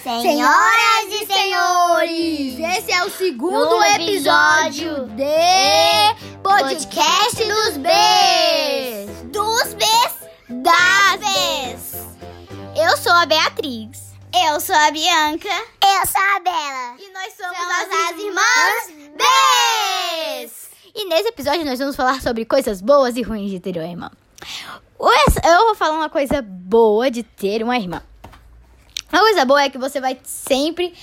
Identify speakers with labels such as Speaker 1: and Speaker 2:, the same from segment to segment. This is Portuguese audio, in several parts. Speaker 1: Senhoras e senhores,
Speaker 2: esse é o segundo
Speaker 1: No
Speaker 2: episódio
Speaker 1: episódio
Speaker 2: de
Speaker 1: podcast dos Bs. Dos Bs, das Bs.
Speaker 2: Eu sou a Beatriz.
Speaker 1: Eu sou a Bianca. Eu sou a Bela.
Speaker 2: E nós somos,
Speaker 1: Bs.
Speaker 2: E nesse episódio nós vamos falar sobre coisas boas e ruins de ter uma irmã. Essa- Eu vou falar uma coisa boa de ter uma irmã. Uma coisa boa é que você vai sempre.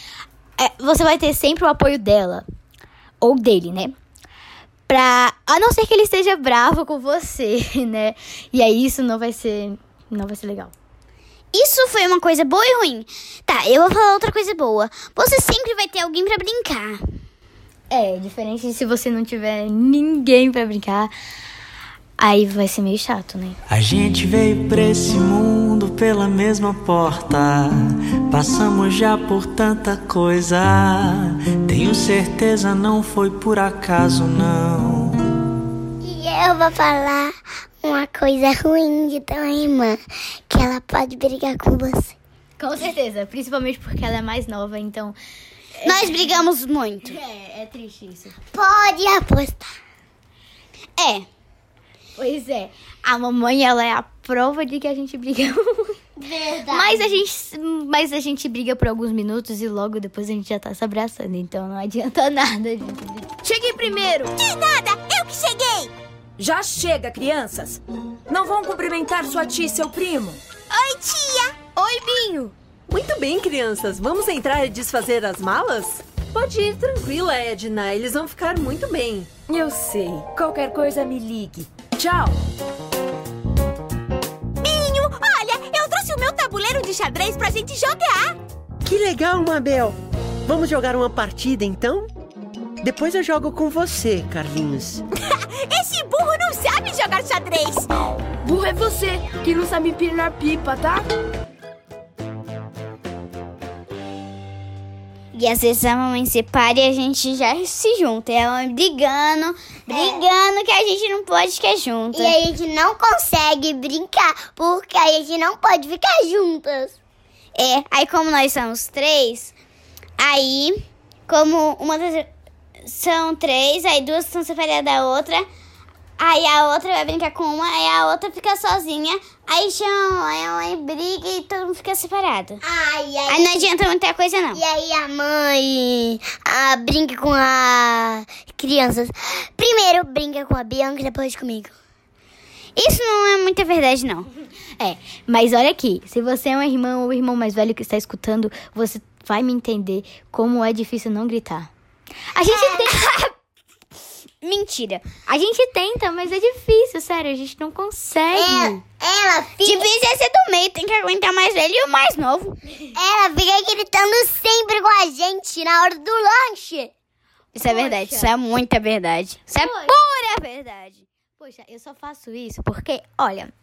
Speaker 2: é, você vai ter sempre o apoio dela. Ou dele, né? Pra. A não ser que ele esteja bravo com você, né? E aí isso não vai ser. Não vai ser legal.
Speaker 1: Isso foi uma coisa boa e ruim. Tá, eu vou falar outra coisa boa. Você sempre vai ter alguém pra brincar.
Speaker 2: É, diferente de se você não tiver ninguém pra brincar. Aí vai ser meio chato, né?
Speaker 3: A gente veio pra esse mundo pela mesma porta. Passamos já por tanta coisa. Tenho certeza não foi por acaso, não.
Speaker 4: E eu vou falar uma coisa ruim de tua irmã, que ela pode brigar com você.
Speaker 2: Com certeza, principalmente porque ela é mais nova, então.
Speaker 1: Nós brigamos muito.
Speaker 2: É, é triste isso.
Speaker 4: Pode apostar.
Speaker 1: É.
Speaker 2: Pois é, a mamãe ela é a prova de que a gente briga.
Speaker 4: Verdade.
Speaker 2: mas a gente, mas a gente briga por alguns minutos e logo depois a gente já tá se abraçando, então não adianta nada. gente. Cheguei primeiro.
Speaker 5: Já chega, crianças! Não vão cumprimentar sua tia e seu primo!
Speaker 6: Muito bem, crianças. Vamos entrar e desfazer as malas? Pode ir tranquila, Edna. Eles vão ficar muito bem.
Speaker 5: Eu sei. Qualquer coisa me ligue. Tchau!
Speaker 7: Que legal, Mabel! Vamos jogar uma partida então? Depois eu jogo com você, Carlinhos.
Speaker 5: Burro é você, que não sabe empinar pipa, tá?
Speaker 1: E às vezes a mamãe separa e a gente já se junta. E a mamãe brigando, brigando que a gente não pode ficar junto.
Speaker 4: É. E a gente não consegue brincar, porque a gente não pode ficar juntas.
Speaker 1: É, aí como nós somos três, aí como uma das são três, aí duas são separadas da outra, aí a outra vai brincar com uma, aí a outra fica sozinha, aí chama aí a mãe briga e todo mundo fica separado.
Speaker 4: Ai, ai.
Speaker 1: Aí não adianta muita coisa não.
Speaker 4: E aí a mãe ah, brinca com as crianças. Primeiro brinca com a Bianca, depois comigo.
Speaker 1: Isso não é muita verdade não.
Speaker 2: É, mas olha aqui, se você é uma irmã ou irmão mais velho que está escutando, você vai me entender como é difícil não gritar. A gente
Speaker 1: É.
Speaker 2: tenta.
Speaker 1: Mentira.
Speaker 2: A gente tenta, mas é difícil, sério, a gente não consegue.
Speaker 4: Ela fica,
Speaker 1: Difícil é ser do meio, tem que aguentar o mais velho e o mais novo.
Speaker 4: ela fica gritando sempre com a gente na hora do lanche.
Speaker 1: Isso é verdade, isso é muita verdade. Isso é pura verdade.
Speaker 2: Poxa, eu só faço isso porque, olha,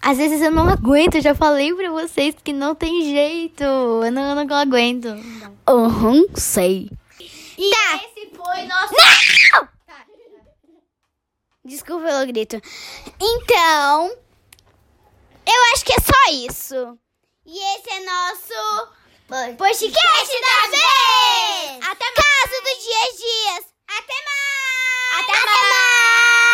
Speaker 2: às vezes eu não aguento, eu já falei pra vocês que não tem jeito. Eu não, eu não aguento.
Speaker 1: Uhum, sei.
Speaker 2: tá. esse foi nosso.
Speaker 1: Tá. Desculpa pelo grito. Então, eu acho que é só isso. E esse é nosso podcast da vez. Até mais. Caso do dia a dias. Até mais. Até, mais.